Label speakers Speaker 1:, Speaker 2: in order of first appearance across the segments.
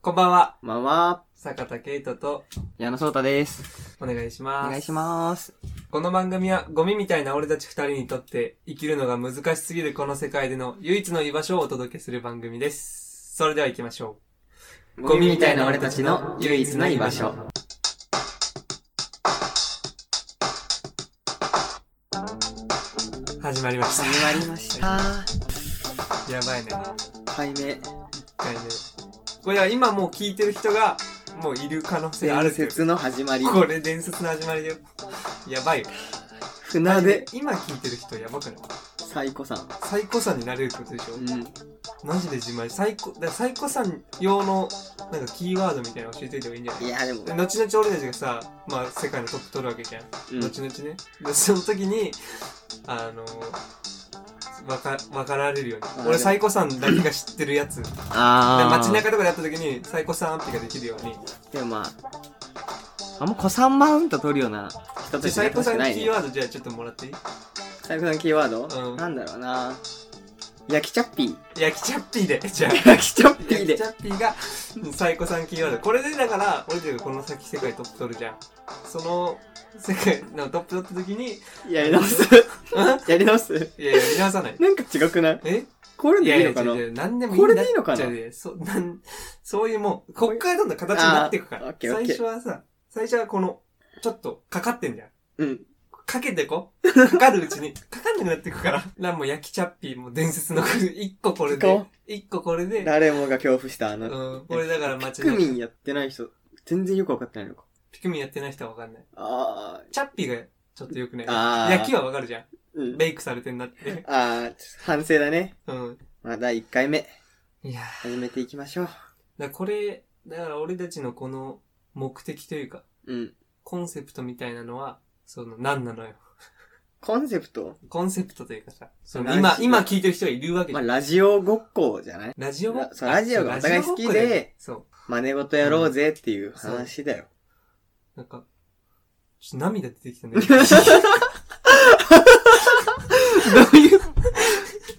Speaker 1: こんばんは、
Speaker 2: こんばんは。
Speaker 1: 坂田圭人と
Speaker 2: 矢野聡太です。
Speaker 1: お願いし
Speaker 2: お
Speaker 1: ます。
Speaker 2: 願いします。
Speaker 1: この番組はゴミみたいな俺たち二人にとって生きるのが難しすぎるこの世界での唯一の居場所をお届けする番組です。それでは行きましょ
Speaker 2: ゴミみたいな俺たちの唯一の居場所。
Speaker 1: う。始まりまし
Speaker 2: 始まりました。
Speaker 1: た。やばいね。
Speaker 2: 解明。
Speaker 1: 一回目。これは今もう聞いてる人がもういる可能性ある
Speaker 2: 伝
Speaker 1: っていう
Speaker 2: 説の始まり。
Speaker 1: これ伝説の始まりだよ。やばいよ。
Speaker 2: 船出。
Speaker 1: 今聞いてる人やばくない
Speaker 2: 最高さん。
Speaker 1: 最高さんになれるってことでしょ、
Speaker 2: うん。
Speaker 1: マジで自慢最高だから最高さん用のなんかキーワードみたいなの教えておいた方がいいんじゃない
Speaker 2: いや、でも、
Speaker 1: で後々俺たちがさ、まあ、世界のトップ取るわけじゃん、
Speaker 2: うん。
Speaker 1: 後々ねでその時にあのわか分かられるように
Speaker 2: あ
Speaker 1: 俺
Speaker 2: で
Speaker 1: 最高さんだけが知ってるや つで
Speaker 2: あー。
Speaker 1: 街中とかでやった時に最高さんアピができるように
Speaker 2: でもまあ、あんま子さんマウント取るような人と
Speaker 1: で
Speaker 2: しか
Speaker 1: 最
Speaker 2: やって
Speaker 1: 高
Speaker 2: ほし
Speaker 1: さ
Speaker 2: く
Speaker 1: んの
Speaker 2: ない
Speaker 1: キー
Speaker 2: ね。
Speaker 1: ワードじゃあちょっともらっていい
Speaker 2: 最高さんキーワード
Speaker 1: うん
Speaker 2: なんだろうな。焼きチャッピー。
Speaker 1: 焼きチャッピーでじゃあ
Speaker 2: 焼きチャッ
Speaker 1: 焼
Speaker 2: ピー
Speaker 1: き
Speaker 2: で
Speaker 1: チ。ャッピーが最高さんキーワードこれでだから俺たちがこの先世界トップ取るじゃんその世界のトップ取った時に
Speaker 2: やり直す。 やり直す。
Speaker 1: いやいややり直さない
Speaker 2: なんか違くない
Speaker 1: え
Speaker 2: これ
Speaker 1: いや
Speaker 2: でい
Speaker 1: い
Speaker 2: い
Speaker 1: や
Speaker 2: のかな
Speaker 1: 違う違う何でもいい
Speaker 2: これでいいのかな
Speaker 1: そうなんそういうもうこっからどんどん形になっていくか
Speaker 2: あーオ
Speaker 1: ら
Speaker 2: ッケーオッ
Speaker 1: 最
Speaker 2: ケー
Speaker 1: 初はさ最初はこのちょっとかかってんじゃん
Speaker 2: うん。
Speaker 1: かけてこうかかるうちに、かかんなくなっていくから。なんもう焼きチャッピーも伝説の 一個これ
Speaker 2: 行
Speaker 1: で
Speaker 2: こ、
Speaker 1: 一個これで、
Speaker 2: 誰もが恐怖したあ
Speaker 1: う
Speaker 2: の
Speaker 1: ん、これだから街
Speaker 2: ピ
Speaker 1: で
Speaker 2: クミンやってない人、全然よくわかってないのか。
Speaker 1: ピクミンやってない人はわかんない。
Speaker 2: あ
Speaker 1: チャッピーがちょっとよくない。
Speaker 2: あー
Speaker 1: 焼きはわかるじゃん。
Speaker 2: ー、うん。
Speaker 1: ベイクされてんなって。
Speaker 2: あー、ちょっと反省だね。
Speaker 1: うん。
Speaker 2: まあ、第1回目、
Speaker 1: いやーだか
Speaker 2: 始めていきましょう。
Speaker 1: らこれ、だから俺たちのこの目的というか、
Speaker 2: うん。
Speaker 1: コンセプトみたいなのは、その、何なのよ。
Speaker 2: コンセプト
Speaker 1: コンセプトというかさ、その
Speaker 2: ラジ
Speaker 1: 今、今聞いてる人がいるわけじ
Speaker 2: ま
Speaker 1: ゃ
Speaker 2: あ、
Speaker 1: ん。
Speaker 2: ラジオごっこじゃない
Speaker 1: ラジオも
Speaker 2: ラそうラジオがお互い好きで、
Speaker 1: そう。
Speaker 2: 真似事やろうぜっていう話だよ。
Speaker 1: なんか、ちょっと涙出てきたんだけど。
Speaker 2: どういう、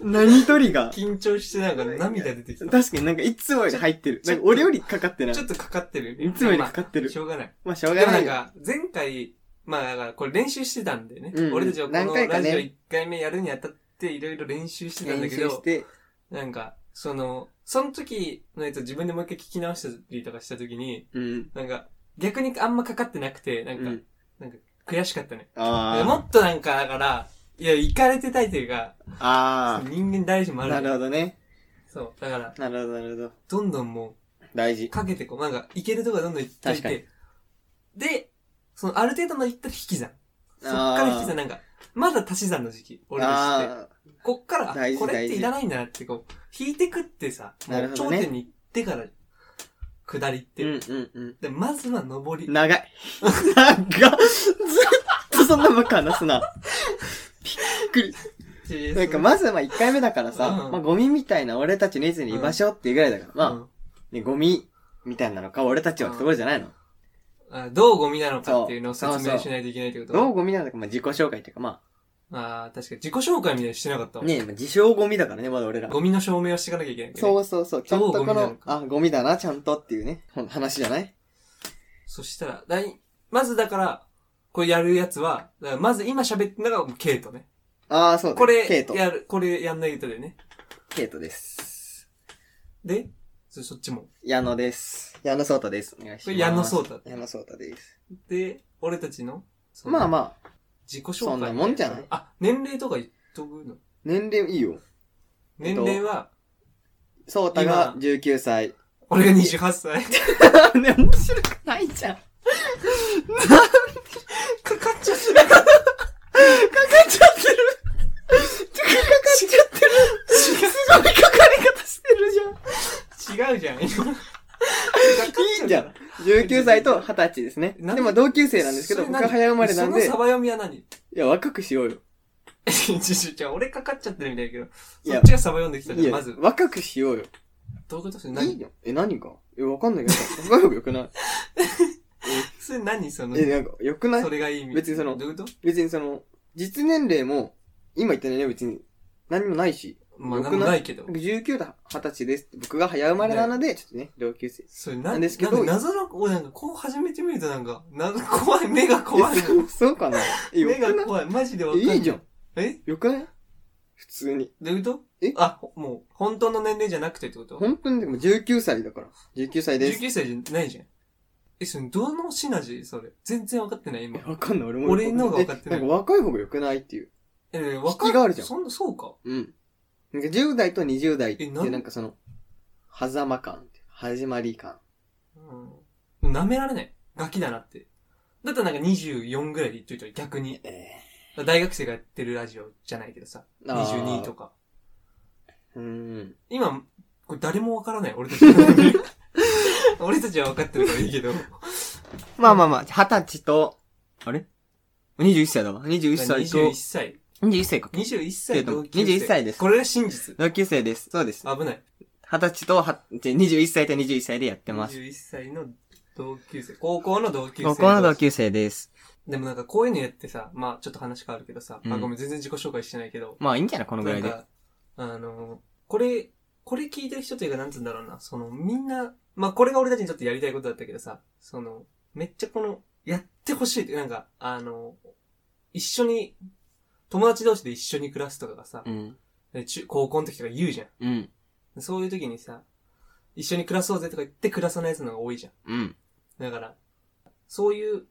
Speaker 2: 何取りが
Speaker 1: 緊張してなんか涙出てきた。
Speaker 2: 確かになんかいつもより入ってる。なんか俺よりかかってない
Speaker 1: ちょ。っとかかってるよね。
Speaker 2: いつもより
Speaker 1: ま
Speaker 2: かかって
Speaker 1: あ
Speaker 2: る
Speaker 1: し。ょうがない。
Speaker 2: まあ、しょう
Speaker 1: で
Speaker 2: が
Speaker 1: もな
Speaker 2: な
Speaker 1: いん
Speaker 2: よ。
Speaker 1: か、前回、まあだからこれ練習してたんだよね。
Speaker 2: うんうん
Speaker 1: 俺たちはこの
Speaker 2: 何回か
Speaker 1: ラ
Speaker 2: ね
Speaker 1: ジオ1回目やるにあたっていろいろ練習してたんだ
Speaker 2: 練
Speaker 1: け
Speaker 2: 習し
Speaker 1: ど、
Speaker 2: て、
Speaker 1: なんか、その、その時のやつを自分でもう一回聞き直したりとかした時に、
Speaker 2: うん。
Speaker 1: なんか、逆にあんまかかってなくて、なん
Speaker 2: う
Speaker 1: か、
Speaker 2: ん。
Speaker 1: 悔しかったね。
Speaker 2: あ
Speaker 1: で
Speaker 2: あ。
Speaker 1: もっとなんか、だから、いや、行かれてたいというか、
Speaker 2: あ
Speaker 1: 人間大事も
Speaker 2: あ。
Speaker 1: あ
Speaker 2: な
Speaker 1: る。
Speaker 2: るほどね。
Speaker 1: そう。だから、
Speaker 2: なるほど、なるほど。
Speaker 1: どんどんも
Speaker 2: 大
Speaker 1: う、
Speaker 2: 事。
Speaker 1: かけてこう、なんか、いけるとこどんどん行ってい
Speaker 2: 確かに
Speaker 1: て、で、その、ある程度まで行ったら引き算。そっ
Speaker 2: あー
Speaker 1: から引き算、なんか、まだ足し算の時期、俺たちって。
Speaker 2: あ
Speaker 1: こっから、あ
Speaker 2: 大事
Speaker 1: これっ
Speaker 2: 大
Speaker 1: て
Speaker 2: 事
Speaker 1: いらないんだなって、こう、引いてくってさ、も
Speaker 2: なる
Speaker 1: う
Speaker 2: ほ
Speaker 1: 頂
Speaker 2: どね
Speaker 1: 点に行ってから、下りっ
Speaker 2: ー
Speaker 1: て。
Speaker 2: うんうん
Speaker 1: で、まずは上
Speaker 2: うん。
Speaker 1: り。
Speaker 2: 長い。長っずっとそんなばっか話す な。なんか、まずまあ1回目だからさ、
Speaker 1: うん
Speaker 2: まあゴミみたいな俺たちのいつに居場所っていうぐらいだから、
Speaker 1: う
Speaker 2: まあ、
Speaker 1: ん
Speaker 2: ね、ゴミみたいなのか俺たちはってところじゃないの。
Speaker 1: あどうゴミなのかっていうのを説明しないといけないってこと
Speaker 2: どうゴミなのか、まあ自己紹介っていうか、ま
Speaker 1: ああ、確かに自己紹介みたいにしてなかった
Speaker 2: あ、
Speaker 1: わ
Speaker 2: ねまあ自称ゴミだからね、まだ俺ら。
Speaker 1: ゴミの証明をしていかなきゃいけないけどね、
Speaker 2: そうそうそう、ちゃんと
Speaker 1: どうゴ
Speaker 2: こ
Speaker 1: ミなの
Speaker 2: の、
Speaker 1: か
Speaker 2: あ、ゴミだな、ちゃんとっていうね、ほん話じゃない
Speaker 1: そしたら、だい、まずだから、これやるやつは、だからまず今喋ってんのがケイトね。
Speaker 2: ああ、そうだ
Speaker 1: これ、
Speaker 2: ケイト。
Speaker 1: やる、これやんないとでね。
Speaker 2: ケイトです。
Speaker 1: で、そそっちも。
Speaker 2: 矢野です。矢野聡太です。お願いします。
Speaker 1: これ矢野聡太
Speaker 2: 矢野聡太です。
Speaker 1: で、俺たちの、その
Speaker 2: まあまあ、
Speaker 1: 自己紹介。
Speaker 2: そんなもんじゃない
Speaker 1: あ、年齢とか言っとくの
Speaker 2: 年齢いいよ。
Speaker 1: 年
Speaker 2: えっと
Speaker 1: 齢は、
Speaker 2: 聡太が19歳。
Speaker 1: 俺が28歳。
Speaker 2: ね、面白くないじゃん。か
Speaker 1: かかっちゃってる。かか
Speaker 2: っちゃってる。かかっちゃってる。すごいかかり方してるじゃん。
Speaker 1: 違うじゃ ん、今。
Speaker 2: いいんじゃん。19歳と20歳ですね。
Speaker 1: なん
Speaker 2: でも同級生なんですけど、
Speaker 1: それ何
Speaker 2: 僕は早生まれなんで、
Speaker 1: そのサ
Speaker 2: い
Speaker 1: バ読みは何
Speaker 2: や、若くしようよ。
Speaker 1: ちょちょちょ、俺かかっちゃってるみたいだけど、
Speaker 2: い
Speaker 1: そ
Speaker 2: や
Speaker 1: っちがサバ読んできた
Speaker 2: い
Speaker 1: じゃ
Speaker 2: や、
Speaker 1: ん、まず。
Speaker 2: 若くしようよ。
Speaker 1: どういうことそれ
Speaker 2: いい
Speaker 1: 何
Speaker 2: よ。え、何がえ、わかんないけど、すごいよくない。
Speaker 1: それ何その、
Speaker 2: え、なんか、よくない
Speaker 1: それがいいみたいな。
Speaker 2: 別にその
Speaker 1: どういうこと
Speaker 2: 別にその、実年齢も、今言ったね、別に、何もないし、
Speaker 1: まあ、
Speaker 2: よ
Speaker 1: な
Speaker 2: く
Speaker 1: んも
Speaker 2: ない
Speaker 1: ないけど。
Speaker 2: 19だ、20歳です。僕が早生まれなので、ちょっとね、同級生。
Speaker 1: それな
Speaker 2: なんん
Speaker 1: で
Speaker 2: ですす
Speaker 1: け
Speaker 2: け
Speaker 1: ど。
Speaker 2: ど
Speaker 1: なんか謎の、おなんかこう始めてみるとなんか、な 怖い、目が怖い
Speaker 2: え。そうそうかなえよ
Speaker 1: 目
Speaker 2: くな
Speaker 1: が怖い。マジでわかん
Speaker 2: え
Speaker 1: ない。
Speaker 2: いいじゃん。。
Speaker 1: え
Speaker 2: よくない普通に。
Speaker 1: どういうこと
Speaker 2: え
Speaker 1: あ、ほもう、本当の年齢じゃなくてってこと
Speaker 2: 本当にでも19歳だから。19歳です。
Speaker 1: ?19 歳じゃないじゃん。え、それ、どのシナジーそれ。全然わかってない、今
Speaker 2: え。わかんない、俺も。
Speaker 1: 俺の方がわかってない
Speaker 2: えなんか若い方が良くないっていう。
Speaker 1: え、ねわ
Speaker 2: 引きがあるじゃん
Speaker 1: そんな、そうか。
Speaker 2: うん。なんか10代と20代って
Speaker 1: えなん
Speaker 2: なんかその、狭間感っていう、始まり感。
Speaker 1: うん。舐められない。ガキだなって。だったらなんか24ぐらいで言っといたら逆に。
Speaker 2: ええ
Speaker 1: 大学生がやってるラジオじゃないけどさ。22と
Speaker 2: か。
Speaker 1: か。
Speaker 2: うん。
Speaker 1: 今、これ誰もわからない。俺たち は。俺たちは分かってるからいいけど。
Speaker 2: まあまあまあ、20歳と、あれ ?21 歳だわ。21歳と、
Speaker 1: 21歳。
Speaker 2: 21歳か。
Speaker 1: 21歳同級生。
Speaker 2: 21歳です
Speaker 1: これが真実。
Speaker 2: 同級生です。そうです。
Speaker 1: 危ない。
Speaker 2: 20歳と、はじゃあ21歳と21歳でやってます。
Speaker 1: 21歳の同級生。高校の同級生。
Speaker 2: 高校の同級生です。
Speaker 1: でもなんかこういうのやってさ、まあちょっと話変わるけどさ、
Speaker 2: う
Speaker 1: あ、
Speaker 2: ん
Speaker 1: ごめん、全然自己紹介してないけど、
Speaker 2: まあいいんじゃないこのぐらいで
Speaker 1: なん。か、あの、これ、これ聞いてる人というか、なんつうんだろうな、その、みんな、まあこれが俺たちにとってやりたいことだったけどさ、その、めっちゃこの、やってほしいって、なんか、あの、一緒に、友達同士で一緒に暮らすとかがさ
Speaker 2: う、ん。
Speaker 1: 中高校の時とか言うじゃ
Speaker 2: うん。
Speaker 1: ん。そういう時にさ、一緒に暮らそうぜとか言って暮らさないやつの方が多いじゃん。
Speaker 2: うん。
Speaker 1: だから、そういう、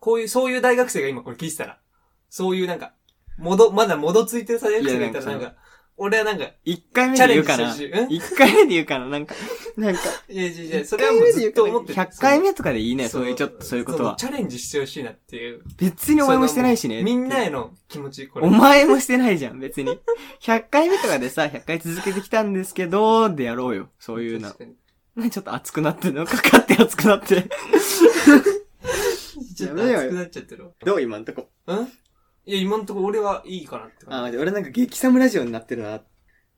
Speaker 1: こういう、そういう大学生が今これ聞いてたら、そういうなんか、もど、まだもどついてる大学生がいたら
Speaker 2: いや
Speaker 1: な
Speaker 2: なんんか
Speaker 1: か、俺はなんか、
Speaker 2: 一回目
Speaker 1: チャ
Speaker 2: で
Speaker 1: レ
Speaker 2: 言
Speaker 1: ン
Speaker 2: う
Speaker 1: ジし
Speaker 2: か
Speaker 1: て
Speaker 2: な
Speaker 1: ほ。しい。うん
Speaker 2: 一回目で言うかな。 なんか、なんか、
Speaker 1: いやいやいや、それはもうずっと思ってる。
Speaker 2: 100回目とかでいいね、
Speaker 1: そ
Speaker 2: そうういう、ちょっと、そういうこと
Speaker 1: その
Speaker 2: は。
Speaker 1: チャレンジしてほしいなっていう。
Speaker 2: 別にお前もしてないしね。
Speaker 1: みんなへの気持ち、これ。
Speaker 2: お前もしてないじゃん、別に。100回目とかでさ、100回続けてきたんですけど、でやろうよ。そういうな
Speaker 1: 確。かに
Speaker 2: な、ちょっと熱くなってんのかかって熱くなって。
Speaker 1: ちょっと熱くなっちゃってるわ。
Speaker 2: どう今んとこ。
Speaker 1: うんいや、今んとこ俺はいいかなって
Speaker 2: あ
Speaker 1: 感じ。
Speaker 2: ー、俺なんか激寒ラジオになってるな。ま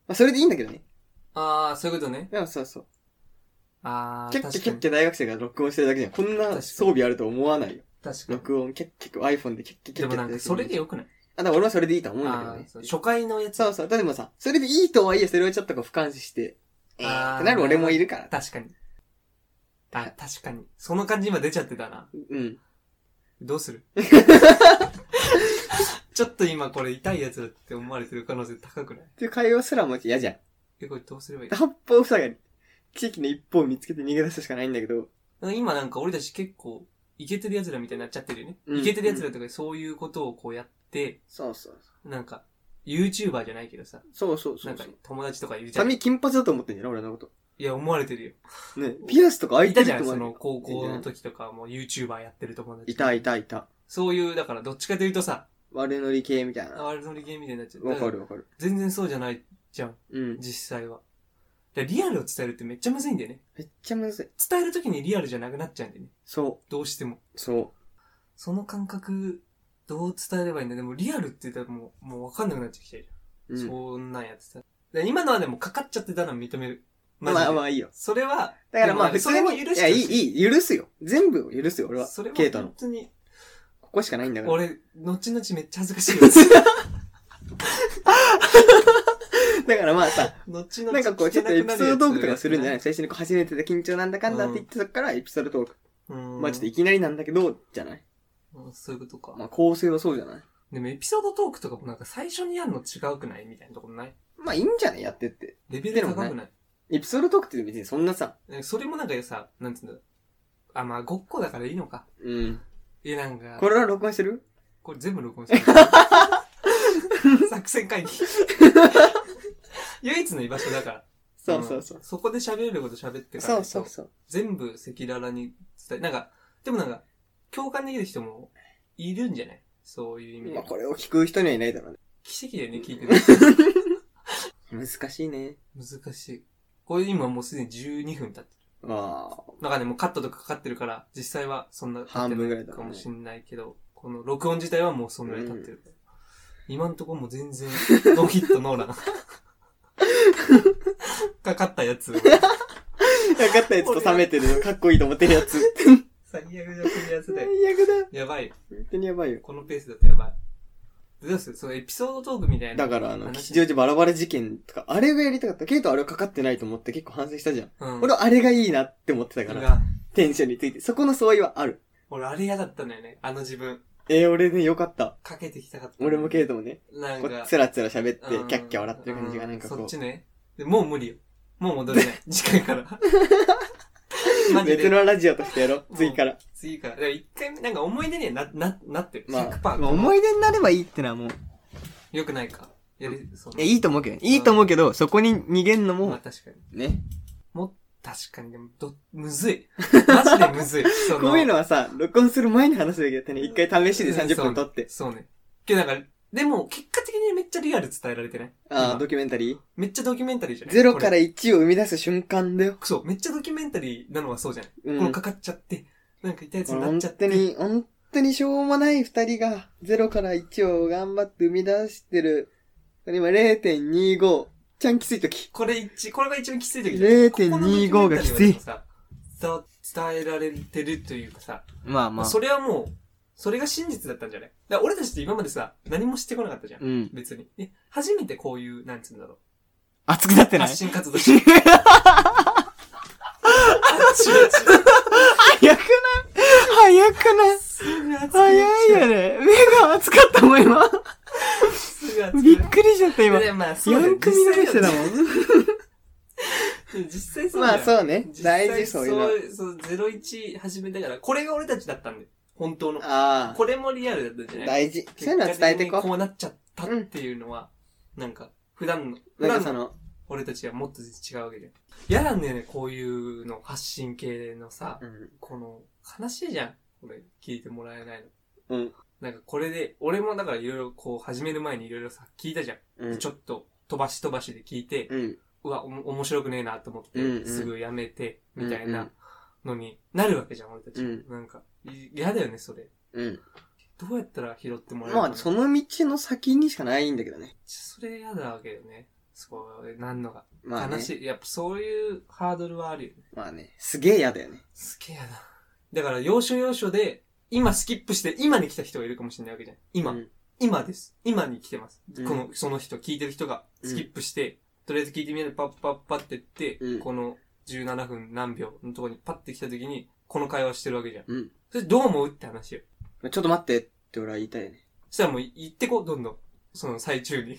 Speaker 2: あ、それでいいんだけどね。
Speaker 1: あー、そういうことね。
Speaker 2: でもそうそう。
Speaker 1: あ
Speaker 2: キ
Speaker 1: ー、
Speaker 2: ャッキャ
Speaker 1: 確か
Speaker 2: キャッ
Speaker 1: に。
Speaker 2: キャ大学生が録音してるだけじゃん。こん
Speaker 1: 確か
Speaker 2: な
Speaker 1: に
Speaker 2: 装備あると思わないよ。
Speaker 1: 確かに。
Speaker 2: 録音、キャッキャッキャ iPhone でキャッキャッキ
Speaker 1: で
Speaker 2: ャッ
Speaker 1: も
Speaker 2: キャ
Speaker 1: な
Speaker 2: ッ
Speaker 1: ん
Speaker 2: て
Speaker 1: か、それでよくない
Speaker 2: あ、だから俺はそれでいいと思うんだけど
Speaker 1: あ
Speaker 2: ね
Speaker 1: ー。そう初回のやつ
Speaker 2: そうそう。だってもさ、それでいいとはいえ、それをちょっとこう俯瞰して、え
Speaker 1: あー
Speaker 2: ーってなる俺もいるから。
Speaker 1: 確かに。あ、確かに。その感じ今出ちゃってたな。
Speaker 2: うん。
Speaker 1: どうす るちょっと今これ痛いやつだって思われてる可能性高くない
Speaker 2: っていう会話すらも嫌じゃん。
Speaker 1: え、これどうすればいい
Speaker 2: 八方塞がり。奇跡の一方を見つけて逃げ出すしかないんだけど。
Speaker 1: なんか今なんか俺たち結構、イケてる奴らみたいになっちゃってるよね。
Speaker 2: うん
Speaker 1: イケてる奴らとかそういうことをこうやって、
Speaker 2: そうそう
Speaker 1: なんか、YouTuber じゃないけどさ、
Speaker 2: そう。そうそ
Speaker 1: な
Speaker 2: うんそ
Speaker 1: か
Speaker 2: う。
Speaker 1: 友達とかいるじゃん。い
Speaker 2: 髪金髪だと思ってんじゃろ俺のこと。
Speaker 1: や、思われてるよ。
Speaker 2: ね。ピアスとか開
Speaker 1: い
Speaker 2: いて
Speaker 1: たじ
Speaker 2: る
Speaker 1: ゃ
Speaker 2: と
Speaker 1: ん、
Speaker 2: 思
Speaker 1: そうの
Speaker 2: よ。
Speaker 1: 高校の時とかも YouTuber やってる友達。
Speaker 2: いたいたいた。
Speaker 1: そういう、だからどっちかというとさ、
Speaker 2: 悪乗り系みたいな。わ
Speaker 1: あれのリゲーみたいになっちゃう。
Speaker 2: かるわかる。
Speaker 1: 全然そうじゃないじゃん、
Speaker 2: うん。
Speaker 1: 実際は。でリアルを伝えるってめっちゃむずいんだよね。
Speaker 2: めっちゃむずい。
Speaker 1: 伝えるときにリアルじゃなくなっちゃうんだよね。
Speaker 2: そ
Speaker 1: どうしても。
Speaker 2: う。そ
Speaker 1: その感覚、どう伝えればいいんだでもリアルって言ったらもう、もうわかんなくなってきてる
Speaker 2: う。
Speaker 1: じゃ。
Speaker 2: うんん。
Speaker 1: そんなんやってたら。で今のはでもかかっちゃってたのは認める。マジで。
Speaker 2: まあまあいいよ。
Speaker 1: それは、
Speaker 2: だからまあ
Speaker 1: でも
Speaker 2: 普
Speaker 1: そ
Speaker 2: 通
Speaker 1: れも
Speaker 2: に。
Speaker 1: 許してほしい
Speaker 2: いや、いい、いい。許すよ。全部を許すよ、俺は。
Speaker 1: それは
Speaker 2: ケイタの
Speaker 1: 本。当に、
Speaker 2: ここしかないんだから。
Speaker 1: 俺、後々めっちゃ恥ずかしい よ。
Speaker 2: だからまあ さ、
Speaker 1: 後々
Speaker 2: なんかこう、ちょっとエピソードトークとかするんじゃないい最初にこう、初めてで緊張なんだかんだって言って、そっからエピソードトーク。
Speaker 1: うん。
Speaker 2: まあちょっといきなりなんだけど、じゃない
Speaker 1: うんそういうことか。
Speaker 2: まあ構成はそうじゃない
Speaker 1: でもエピソードトークとかもなんか最初にやるの違うくないみたいなところない
Speaker 2: まあいいんじゃないやってって。
Speaker 1: レベル高くない
Speaker 2: エピソードトークって別にそんなさ、
Speaker 1: えそれもなんかさ、なんつうんだろうあ、まあ、ごっこだからいいのか。
Speaker 2: うん。
Speaker 1: え、なんか、こ
Speaker 2: こ
Speaker 1: れ
Speaker 2: れは録音してる
Speaker 1: 全部録音してる。 作戦会議。唯一の居場所だから。
Speaker 2: そうそうそう。
Speaker 1: んそこで喋れること喋ってから
Speaker 2: そ
Speaker 1: こ
Speaker 2: う
Speaker 1: そ、
Speaker 2: そうそう。
Speaker 1: 全部赤裸々に伝え、なんか、でもなんか、共感できる人もいるんじゃないそういう意味
Speaker 2: まあ
Speaker 1: で。
Speaker 2: これを聞く人にはいないだろうね。
Speaker 1: 奇跡だよね、聞いてる。
Speaker 2: 難しいね。
Speaker 1: 難しい。これ今もうすでに12分経ってる。
Speaker 2: まあ、
Speaker 1: なんかね、もうカットとかかかってるから、実際はそんな経って
Speaker 2: 半分ぐ
Speaker 1: な
Speaker 2: ら
Speaker 1: い
Speaker 2: だね
Speaker 1: かもしんないけど、この録音自体はもうそんなに経ってる。今んとこもう全然、ドキッとノーラン。かかったやつ。
Speaker 2: 分かったやつと冷めてるの、かっこいいと思ってるや つ。
Speaker 1: 最悪じゃん、このやつ
Speaker 2: 最
Speaker 1: で。
Speaker 2: 悪だ。
Speaker 1: やばい。
Speaker 2: 本当にやばいよ。
Speaker 1: このペースだとやばい。どうするそのエピソードトークみたいな。
Speaker 2: だから、あの、
Speaker 1: 話
Speaker 2: 吉祥寺バラバラ事件とか、あれがやりたかった。ケイトはあれはかかってないと思って結構反省したじゃん。
Speaker 1: うん。
Speaker 2: 俺はあれがいいなって思ってたから、
Speaker 1: が
Speaker 2: テンションについて。そこの相違はある。
Speaker 1: 俺あれ嫌だったんだよね。あの自分。
Speaker 2: えー、俺ね、よかった。
Speaker 1: かけてきたかった。
Speaker 2: 俺もケイ
Speaker 1: ど。
Speaker 2: トもね、
Speaker 1: なん
Speaker 2: こ
Speaker 1: か
Speaker 2: う、。つらつら喋って
Speaker 1: うん、
Speaker 2: キャッキャ笑ってる感じがなんか
Speaker 1: そ
Speaker 2: こ
Speaker 1: っちね。でもう無理よ。もう戻れない。次回から。 マ
Speaker 2: う、
Speaker 1: ジ
Speaker 2: 別
Speaker 1: で。
Speaker 2: のラジオとしてやろ
Speaker 1: う
Speaker 2: う。
Speaker 1: ん
Speaker 2: 次から。
Speaker 1: 次から。だから一回目、なんか思い出にはな、な、なってる。
Speaker 2: ま
Speaker 1: 100%
Speaker 2: あ、まあ思い出になればいいってのはもう、
Speaker 1: よくないか。やり、その
Speaker 2: いや、いいと思うけどね、いいと思うけど、そこに逃げんの
Speaker 1: まあ
Speaker 2: も、
Speaker 1: 確かに。
Speaker 2: ね。
Speaker 1: 確かに、でも、ど、むずい。マジでむ ずい。そ
Speaker 2: こういうのはさ、録音する前に話すべきだったね。一回試しで30分撮って。
Speaker 1: そうね。そうねけどなんか、でも、結果的にめっちゃリアル伝えられてない
Speaker 2: ああ、
Speaker 1: 今
Speaker 2: ドキュメンタリー
Speaker 1: めっちゃドキュメンタリーじゃない
Speaker 2: ゼロか
Speaker 1: これ
Speaker 2: ら1を生み出す瞬間だよ。
Speaker 1: そう、めっちゃドキュメンタリーなのはそうじゃない、
Speaker 2: うん
Speaker 1: このかかっちゃって、なんか痛いやつになっ
Speaker 2: 本
Speaker 1: ちゃっ
Speaker 2: 当
Speaker 1: て。
Speaker 2: に、本当にしょうもない二人が、0から1を頑張って生み出してる。今0.25。ちゃんきついとき。
Speaker 1: これ一、これが一番きつい時じゃん
Speaker 2: 0.25
Speaker 1: ここのドキュメンタリーはでも
Speaker 2: がき
Speaker 1: さ伝伝えられてるというかさ、
Speaker 2: まあ
Speaker 1: まあ、それはもう、それが真実だったんじゃないだから俺たちって今までさ、何もしてこなかったじゃん。
Speaker 2: うん。
Speaker 1: 別に。え、初めてこういう、なんつうんだろ
Speaker 2: 熱くなって
Speaker 1: う。発信活動してる。
Speaker 2: 早くない早くない早いよね。目が熱かったもん、今。
Speaker 1: すぐ熱く
Speaker 2: びっ
Speaker 1: なる
Speaker 2: くりしちゃった、今。
Speaker 1: でまあ、そうだよ
Speaker 2: 4組目してたも
Speaker 1: 実際そ
Speaker 2: ん。
Speaker 1: うだ
Speaker 2: ま
Speaker 1: よ
Speaker 2: あそうね。
Speaker 1: 実際
Speaker 2: 大事そういうの。
Speaker 1: そう、ゼロ一始めたから、これが俺たちだったんで、本当の。
Speaker 2: あ
Speaker 1: これもリアルだったんじ
Speaker 2: あ。
Speaker 1: ゃない
Speaker 2: 大事。そういうのは伝えて
Speaker 1: 結果
Speaker 2: い
Speaker 1: 的に
Speaker 2: こ
Speaker 1: こうなっちゃったっていうのは、なんか、普段の、
Speaker 2: う。
Speaker 1: 普
Speaker 2: な
Speaker 1: 段
Speaker 2: んかそ
Speaker 1: の
Speaker 2: の、
Speaker 1: 俺たちはもっと違うわけじゃん。嫌なんだよね、こういうの、発信系のさ、
Speaker 2: うん。
Speaker 1: この、悲しいじゃん。これ、聞いてもらえないの。
Speaker 2: うん。
Speaker 1: なんかこれで、俺もだからいろいろこう始める前にいろいろさ、聞いたじゃん。
Speaker 2: うん
Speaker 1: ちょっと飛ばし飛ばしで聞いて、
Speaker 2: うん。
Speaker 1: うわ、おも面白くねえなと思って、
Speaker 2: うんうん
Speaker 1: すぐやめて、みたい
Speaker 2: うんう
Speaker 1: なんのになるわけじゃん、俺たち。
Speaker 2: うん
Speaker 1: なんか、い嫌だよね、それ。
Speaker 2: うん。
Speaker 1: どうやったら拾ってもらえる
Speaker 2: ま
Speaker 1: かな
Speaker 2: あ、その道の先にしかないんだけどね。
Speaker 1: それ嫌だわけよね。そう、なんのが。
Speaker 2: まあね
Speaker 1: 悲。しい。やっぱそういうハードルはあるよね。
Speaker 2: まあね。すげえ嫌だよね。
Speaker 1: すげえやな。だから、要所要所で、今スキップして、今に来た人がいるかもしれないわけじゃん。今、
Speaker 2: うん
Speaker 1: 今です。今に来てます。
Speaker 2: うん
Speaker 1: この、その人、聞いてる人が、スキップして、とりあえず聞いてみるパッパッパってって、
Speaker 2: うん
Speaker 1: この17分何秒のとこにパッて来た時に、この会話してるわけじゃん。
Speaker 2: うん。
Speaker 1: それどう思うって話よ。
Speaker 2: ちょっと待ってって俺は言いた いよね。
Speaker 1: そしたらもう言ってこう、どんどん。その最中 に。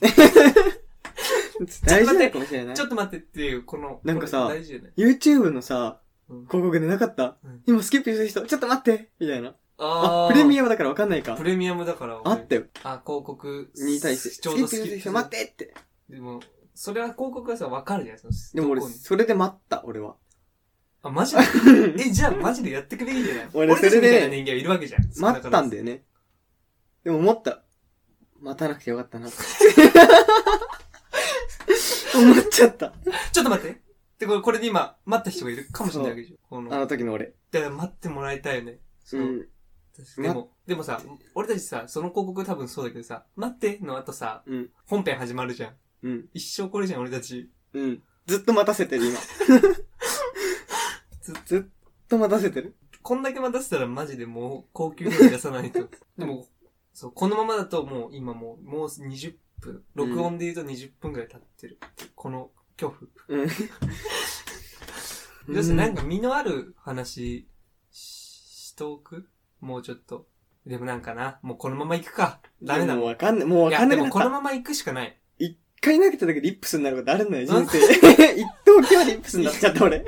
Speaker 2: 大事だかもしれない
Speaker 1: ちょ。っと待ってっていう、この、
Speaker 2: なんかさ
Speaker 1: これ大事じゃない
Speaker 2: YouTube の
Speaker 1: う
Speaker 2: さ、
Speaker 1: ん
Speaker 2: 広告でなかった
Speaker 1: うん
Speaker 2: 今スキップしてる人、ちょっと待ってみたいな。
Speaker 1: あ
Speaker 2: あ、プレミ
Speaker 1: ア
Speaker 2: アムだからわかんないか
Speaker 1: プ。レミアムだから。
Speaker 2: あったよ。
Speaker 1: あ、広告。
Speaker 2: に対して。ス
Speaker 1: ち
Speaker 2: キ
Speaker 1: ょうど
Speaker 2: ップ
Speaker 1: ス
Speaker 2: し
Speaker 1: キッ
Speaker 2: てる
Speaker 1: プ
Speaker 2: 人、待ってって。
Speaker 1: でも、それは広告はさ、わかるじゃないですか。
Speaker 2: でも俺、
Speaker 1: どこに
Speaker 2: それで待った、俺は。
Speaker 1: あ、マ ジでえ、じゃあマジでやってくれいいんじゃない
Speaker 2: 俺
Speaker 1: たち
Speaker 2: それで
Speaker 1: みたいな人間いるわけじゃん。
Speaker 2: 待ったんだ
Speaker 1: で。
Speaker 2: よね。でも思った。待たなくてよかった な。思っちゃった。
Speaker 1: ちょっと待って。で、これ、これで今、待った人がいるかもしれないわけでしょ。この、
Speaker 2: あ
Speaker 1: だ
Speaker 2: の
Speaker 1: か
Speaker 2: 時の俺。
Speaker 1: ら待ってもらいたいよね。そうう。
Speaker 2: ん。
Speaker 1: でも、でもさ、俺たちさ、その広告多分そうだけどさ、待っての後さ、
Speaker 2: うん
Speaker 1: 本編始まるじゃん。
Speaker 2: うん。
Speaker 1: 一生これじゃん、俺たち。
Speaker 2: うん。ずっと待たせて る、今。ずずっと待たせてる。
Speaker 1: こんだけ待たせたらマジでもう、高級料理出さない と。でも、そう、このままだともう、今もう、もう20分、録音で言うと20分くらい経ってる。この恐怖。
Speaker 2: うん。
Speaker 1: 要するになんか身のある話ししとくもうちょっと。でもなんかな、もうこのまま行くか。ダメだ
Speaker 2: もう
Speaker 1: もん。
Speaker 2: わかんない。もう
Speaker 1: い
Speaker 2: わか
Speaker 1: や、
Speaker 2: ん
Speaker 1: で
Speaker 2: なくな
Speaker 1: も
Speaker 2: っ
Speaker 1: この
Speaker 2: た。
Speaker 1: まま行くしかない。
Speaker 2: 一回投げただけでリップスになることあるのよ、人生。 一等級までリップスになっちゃった、俺。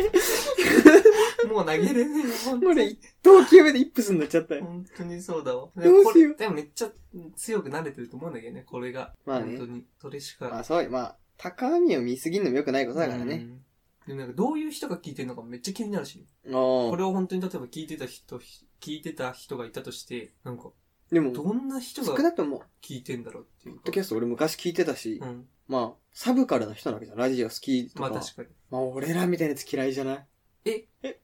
Speaker 1: もう投げれねえよ、ほんと
Speaker 2: 俺、一等級目でリップスになっちゃったよ。
Speaker 1: 本当にそうだわ。で
Speaker 2: ど
Speaker 1: も
Speaker 2: うしよう
Speaker 1: これでもめっちゃ強くなれてると思うんだけどね、これが。
Speaker 2: まあ
Speaker 1: 本
Speaker 2: ね
Speaker 1: 当。に。それしか。
Speaker 2: まあそう、まあ、高みを見すぎるのも良くないことだから
Speaker 1: う
Speaker 2: ね。
Speaker 1: ん。でもなんかどういう人が聞いてるのかめっちゃ気になるし。
Speaker 2: お
Speaker 1: こ
Speaker 2: ー
Speaker 1: れを本当に例えば聞いてた人、ひ聞いてた人がいたとして、なんか、
Speaker 2: でも、
Speaker 1: どんな人
Speaker 2: 少
Speaker 1: が
Speaker 2: なくとも、
Speaker 1: 聞いてんだろうってい
Speaker 2: ポ
Speaker 1: う
Speaker 2: ッ
Speaker 1: か
Speaker 2: ドキャスト俺昔聞いてたし、
Speaker 1: うん。
Speaker 2: まあ、サブからの人なわけじゃん。ラジオ好きと
Speaker 1: ま
Speaker 2: か。
Speaker 1: あ確かに。
Speaker 2: まあ俺らみたいなやつ嫌いじゃない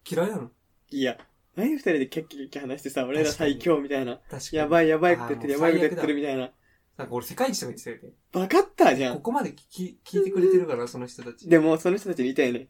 Speaker 1: 嫌いなの
Speaker 2: いや、何二人でキャッキャッキャッキャ話してさ、俺ら最強みたいな。
Speaker 1: 確かに。
Speaker 2: や
Speaker 1: い。
Speaker 2: ばいやばいこと言ってる、
Speaker 1: あ
Speaker 2: や
Speaker 1: ー
Speaker 2: ばいこと
Speaker 1: もう
Speaker 2: 言ってるみたいな。
Speaker 1: なんか俺世界一とか言ってたよね。
Speaker 2: バカったじゃ
Speaker 1: こ
Speaker 2: ん。
Speaker 1: こまで聞き聞いてくれてるから、その人たち。
Speaker 2: でも、その人たちに言いたいね。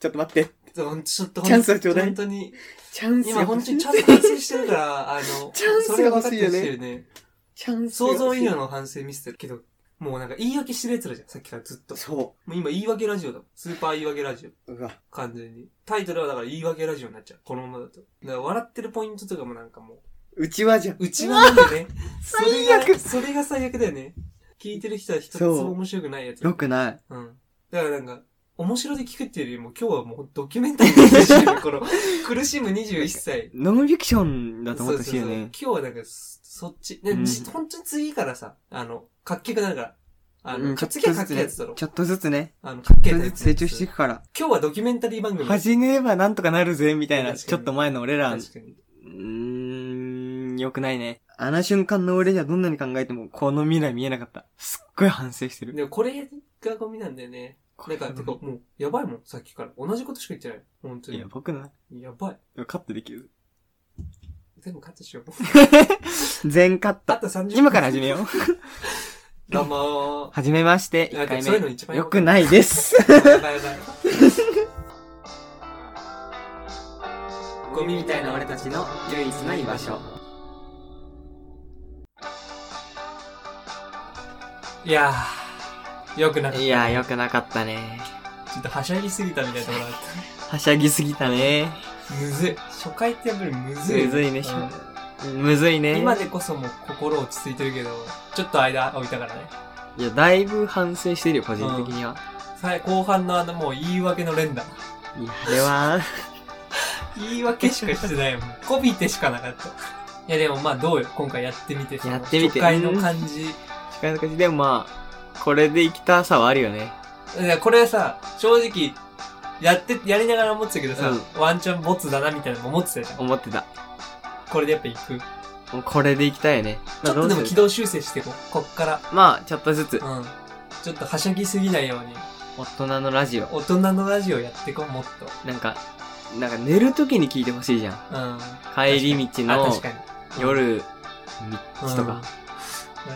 Speaker 2: ちょっと待って。
Speaker 1: ちょっと、ちょっと
Speaker 2: チャンスをちょうだい
Speaker 1: 本当に、
Speaker 2: チャンスが
Speaker 1: 今本
Speaker 2: 欲
Speaker 1: 当
Speaker 2: しい
Speaker 1: にチャンス発生してるから、あの、
Speaker 2: チャンス
Speaker 1: そ
Speaker 2: が欲しいよね
Speaker 1: れは分かってほしいよね。
Speaker 2: チャンスが
Speaker 1: 想
Speaker 2: 欲しい
Speaker 1: 像以上の反省見せてるけど、もうなんか言い訳してる奴らじゃん、さっきからずっと。
Speaker 2: そ
Speaker 1: もう今言い訳ラジオだもん。スーパー言い訳ラジオ。
Speaker 2: う。うわ。
Speaker 1: 完全に。タイトルはだから言い訳ラジオになっちゃう。このままだと。だから笑ってるポイントとかもなんか も
Speaker 2: うちはじゃん。
Speaker 1: う、うちわなんでね。それが
Speaker 2: 最悪
Speaker 1: それが最悪だよね。聞いてる人は一つも面白くないやつ。
Speaker 2: よくない。
Speaker 1: うん。だからなんか、面白で聞くっていうよりも今日はもうドキュメンタリーで苦しむ、こ の、苦しむ21歳。
Speaker 2: ノンフィクションだと思ったしいよ
Speaker 1: そうそう
Speaker 2: ね。
Speaker 1: そう今日はなんか、そそっち。で、
Speaker 2: うん
Speaker 1: じ本当に次からさ、あの、かっけえくなるから。あ
Speaker 2: う
Speaker 1: の、
Speaker 2: んちょっと
Speaker 1: 次はかっけえやつだろ。
Speaker 2: ちょっとずつね。
Speaker 1: あの、かっけ
Speaker 2: ち
Speaker 1: え
Speaker 2: ょ
Speaker 1: やつ
Speaker 2: っとずつ成長していくから。
Speaker 1: 今日はドキュメンタリー番組。
Speaker 2: 始めればなんとかなるぜ、みたいな。
Speaker 1: 確かに
Speaker 2: ちょっと前の俺ら。う
Speaker 1: 確かに。
Speaker 2: ーん、よくないね。あの瞬間の俺にはどんなに考えても、この未来見えなかった。すっごい反省してる。
Speaker 1: でもこれがゴミなんだよね。なんか、てか、もう、やばいもん、さっきから。同じことしか言ってない。本当
Speaker 2: いや、
Speaker 1: に。
Speaker 2: 僕の、
Speaker 1: やばい。
Speaker 2: カットでき る。
Speaker 1: 全部カットし よう。
Speaker 2: 全カッ
Speaker 1: あ
Speaker 2: ト。
Speaker 1: と30分。
Speaker 2: 今から始めよ う。
Speaker 1: どうも
Speaker 2: はじめまして、
Speaker 1: ー。なん
Speaker 2: 1
Speaker 1: か
Speaker 2: 回
Speaker 1: そういうの
Speaker 2: 目。
Speaker 1: 一番
Speaker 2: よく
Speaker 1: い。
Speaker 2: ないです。
Speaker 1: やばいやばい。
Speaker 2: ゴミみたいな俺たちの唯一の居場所。
Speaker 1: いやー、よくなかった。
Speaker 2: いやー、よくなかったね。
Speaker 1: ちょっとはしゃぎすぎたみたいなところあっ
Speaker 2: はしゃぎすぎたね。
Speaker 1: た。むずい。初回ってやっぱりむずい。
Speaker 2: むずいね、
Speaker 1: うん
Speaker 2: しむずいね。
Speaker 1: 今でこそもう心落ち着いてるけど、ちょっと間置いたからね。
Speaker 2: いや、だいぶ反省してるよ、個人的には。
Speaker 1: さい後半のあのもう言い訳の連打。
Speaker 2: いや、あれは、
Speaker 1: 言い訳しかしてない もん。こびてしかなかった。いやでもまあどうよ、今回やってみて。
Speaker 2: やってみて
Speaker 1: 初回の感じ。
Speaker 2: 近づかし、でもまあ、これで生きたさはあるよね。
Speaker 1: いやこれさ、正直、やって、やりながら思ってたけどさ、
Speaker 2: う
Speaker 1: ワンチャンボツだなみたいなのも思ってたじゃん。
Speaker 2: 思ってた。
Speaker 1: これでやっぱ行く。ち
Speaker 2: もうこれで生きたいよね。
Speaker 1: ょ
Speaker 2: まあ
Speaker 1: っとで
Speaker 2: ど
Speaker 1: も
Speaker 2: うす
Speaker 1: 軌
Speaker 2: る
Speaker 1: 道修正していこう。こっから。
Speaker 2: まあ、ちょっとず
Speaker 1: う
Speaker 2: つ、
Speaker 1: ん。ちょっとはしゃぎすぎないように。
Speaker 2: 大人のラジオ。
Speaker 1: 大人のラジオやってこう、もっと。
Speaker 2: なんか、なんか寝る時に聞いてほしいじゃん。
Speaker 1: うん。
Speaker 2: 帰り道
Speaker 1: あ、
Speaker 2: の
Speaker 1: 確かに。
Speaker 2: 夜、道
Speaker 1: うん
Speaker 2: とか、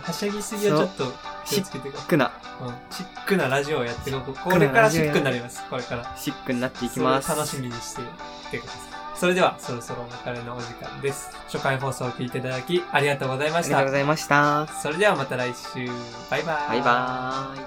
Speaker 1: はしゃぎすぎはちょっと気をつけていこ
Speaker 2: くな、
Speaker 1: う。うん。シックなラジオをやっていこう。
Speaker 2: ッ
Speaker 1: こ
Speaker 2: クなラジオ
Speaker 1: れからシックになります。これから。
Speaker 2: シックになっていきます。
Speaker 1: それを楽しみにしていってください。それでは、そろそろお別れのお時間です。初回放送を聞いていただき、ありがとうございま
Speaker 2: あ
Speaker 1: し
Speaker 2: りがとうご
Speaker 1: た。
Speaker 2: ざいました。
Speaker 1: それではまた来週。バイバーイ。
Speaker 2: バイバーイ。